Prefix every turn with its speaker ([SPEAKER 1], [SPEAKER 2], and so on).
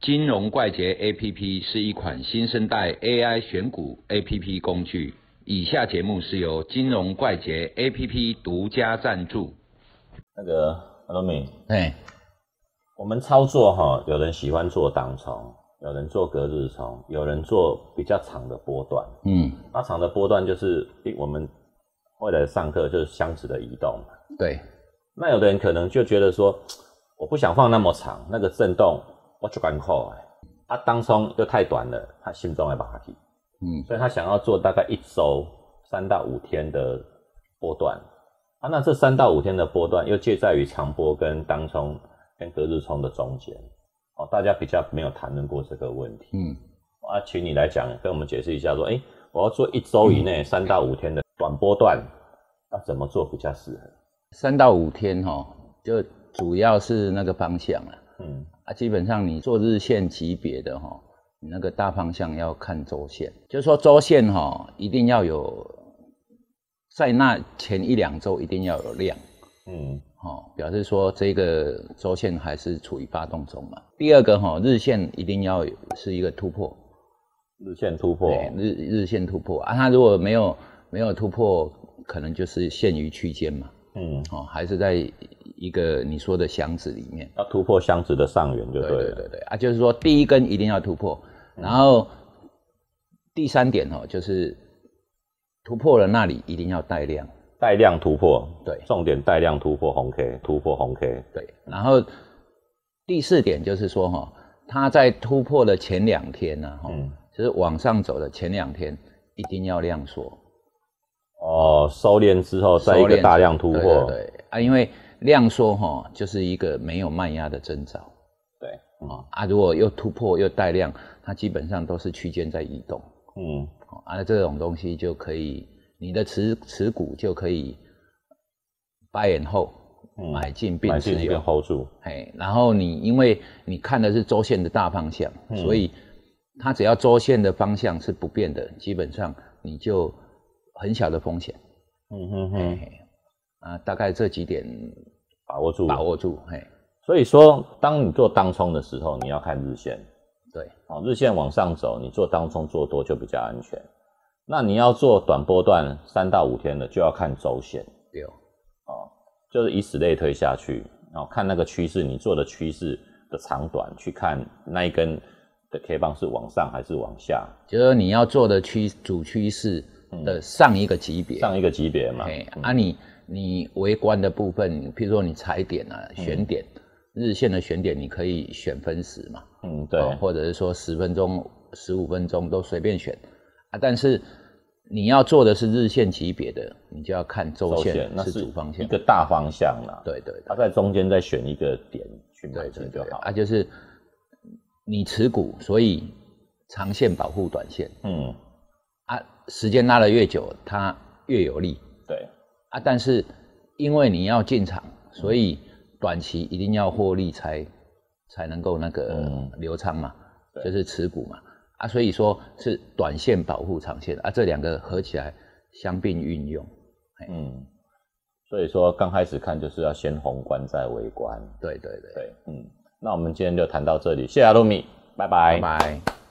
[SPEAKER 1] 金融怪杰 APP 是一款新生代 AI 选股 APP 工具。以下节目是由金融怪杰 APP 独家赞助。
[SPEAKER 2] 那个阿罗米，
[SPEAKER 3] 哎，
[SPEAKER 2] 我们操作哈，有人喜欢做挡虫，有人做隔日虫，有人做比较长的波段。
[SPEAKER 3] 嗯，
[SPEAKER 2] 那长的波段就是诶我们为了上课就是箱子的移动嘛。
[SPEAKER 3] 对，
[SPEAKER 2] 那有的人可能就觉得说，我不想放那么长，那个震动我就敢扣哎，他、啊、当冲又太短了，他心中会把它踢，
[SPEAKER 3] 嗯
[SPEAKER 2] 所以他想要做大概一周三到五天的波段啊。那这三到五天的波段又介在于长波跟当冲跟隔日冲的中间哦，大家比较没有谈论过这个问题
[SPEAKER 3] 嗯，
[SPEAKER 2] 啊，请你来讲跟我们解释一下说，哎、我要做一周以
[SPEAKER 3] 嗯
[SPEAKER 2] 内三到五天的短波段，要怎么做比较适合？
[SPEAKER 3] 三到五天哈、就主要是那个方向了
[SPEAKER 2] 嗯
[SPEAKER 3] 啊。基本上你做日线级别的哈、你那个大方向要看周线，就是说周线哈、一定要有，在那前一两周一定要有量。
[SPEAKER 2] 嗯
[SPEAKER 3] 哦，表示说这个周线还是处于发动中嘛。第二个哈、日线一定要有是一个突破，
[SPEAKER 2] 日线突破，
[SPEAKER 3] 对日日线突破啊，它如果没有没有突破，可能就是限于区间嘛，
[SPEAKER 2] 嗯，
[SPEAKER 3] 哦，还是在一个你说的箱子里面。
[SPEAKER 2] 要突破箱子的上缘就对嗯
[SPEAKER 3] 对
[SPEAKER 2] 了。
[SPEAKER 3] 对对对啊，就是说第一根一定要突破，然后第三点哦，就是突破了那里一定要带量，
[SPEAKER 2] 带量突破，
[SPEAKER 3] 对
[SPEAKER 2] 重点带量突破红 K，突破红 K，
[SPEAKER 3] 对，然后第四点就是说哈、它在突破的前两天呢、哈、
[SPEAKER 2] 嗯，
[SPEAKER 3] 就是往上走的前两天一定要量缩，
[SPEAKER 2] 哦，收敛之后再一
[SPEAKER 3] 收
[SPEAKER 2] 个
[SPEAKER 3] 敛
[SPEAKER 2] 大量突破，
[SPEAKER 3] 对对对啊，因为量缩哈、就是一个没有卖压的征兆
[SPEAKER 2] 对
[SPEAKER 3] 哦啊，如果又突破又带量，它基本上都是区间在移动
[SPEAKER 2] 嗯，
[SPEAKER 3] 哦啊，这种东西就可以你的持持股就可以 buy and hold
[SPEAKER 2] 嗯
[SPEAKER 3] 买进并
[SPEAKER 2] 买进
[SPEAKER 3] 持
[SPEAKER 2] 一
[SPEAKER 3] 有
[SPEAKER 2] 个 hold 住，
[SPEAKER 3] 哎，然后你因为你看的是周线的大方向，
[SPEAKER 2] 嗯
[SPEAKER 3] 所以它只要周线的方向是不变的，基本上你就很小的风险，
[SPEAKER 2] 嗯哼哼，
[SPEAKER 3] 嘿啊，大概这几点
[SPEAKER 2] 把握住，
[SPEAKER 3] 把。握住，嘿，
[SPEAKER 2] 所以说，当你做当冲的时候，你要看日线，
[SPEAKER 3] 对，
[SPEAKER 2] 哦，日线往上走，你做当冲做多就比较安全。那你要做短波段三到五天的，就要看周线。
[SPEAKER 3] 对哦，
[SPEAKER 2] 哦，就是以此类推下去，然后看那个趋势，你做的趋势的长短，去看那一根的 K 棒是往上还是往下，
[SPEAKER 3] 就是说你要做的趋主趋势的上一个级
[SPEAKER 2] 嗯
[SPEAKER 3] 别，
[SPEAKER 2] 上一个级别嘛。嗯
[SPEAKER 3] 哎，啊你你围观的部分，你譬如说你踩点啊、
[SPEAKER 2] 嗯
[SPEAKER 3] 选点、日线的选点，你可以选分时嘛，
[SPEAKER 2] 嗯，对，
[SPEAKER 3] 哦或者是说十分钟、十五分钟都随便选啊。但是你要做的是日线级别的，你就要看周
[SPEAKER 2] 周
[SPEAKER 3] 线
[SPEAKER 2] 那
[SPEAKER 3] 是
[SPEAKER 2] 是
[SPEAKER 3] 主方
[SPEAKER 2] 一
[SPEAKER 3] 向。
[SPEAKER 2] 个大方向啦。，
[SPEAKER 3] 对对
[SPEAKER 2] 它在中间再选一个点去买
[SPEAKER 3] 对对
[SPEAKER 2] 进
[SPEAKER 3] 对
[SPEAKER 2] 就好。
[SPEAKER 3] 啊，就是你持股，所以长线保护短线
[SPEAKER 2] 嗯，
[SPEAKER 3] 啊，时间拉得越久，它越有利
[SPEAKER 2] 对，
[SPEAKER 3] 啊。但是因为你要进场，所以短期一定要获利才才能够那个
[SPEAKER 2] 嗯
[SPEAKER 3] 流仓嘛，
[SPEAKER 2] 对
[SPEAKER 3] 就是持股嘛啊，所以说是短线保护长线啊，这两个合起来相并运用，
[SPEAKER 2] 嗯，所以说刚开始看就是要先宏观再微观。
[SPEAKER 3] 对对对，
[SPEAKER 2] 对，嗯，那我们今天就谈到这里，谢谢阿鲁米，拜
[SPEAKER 3] 拜拜。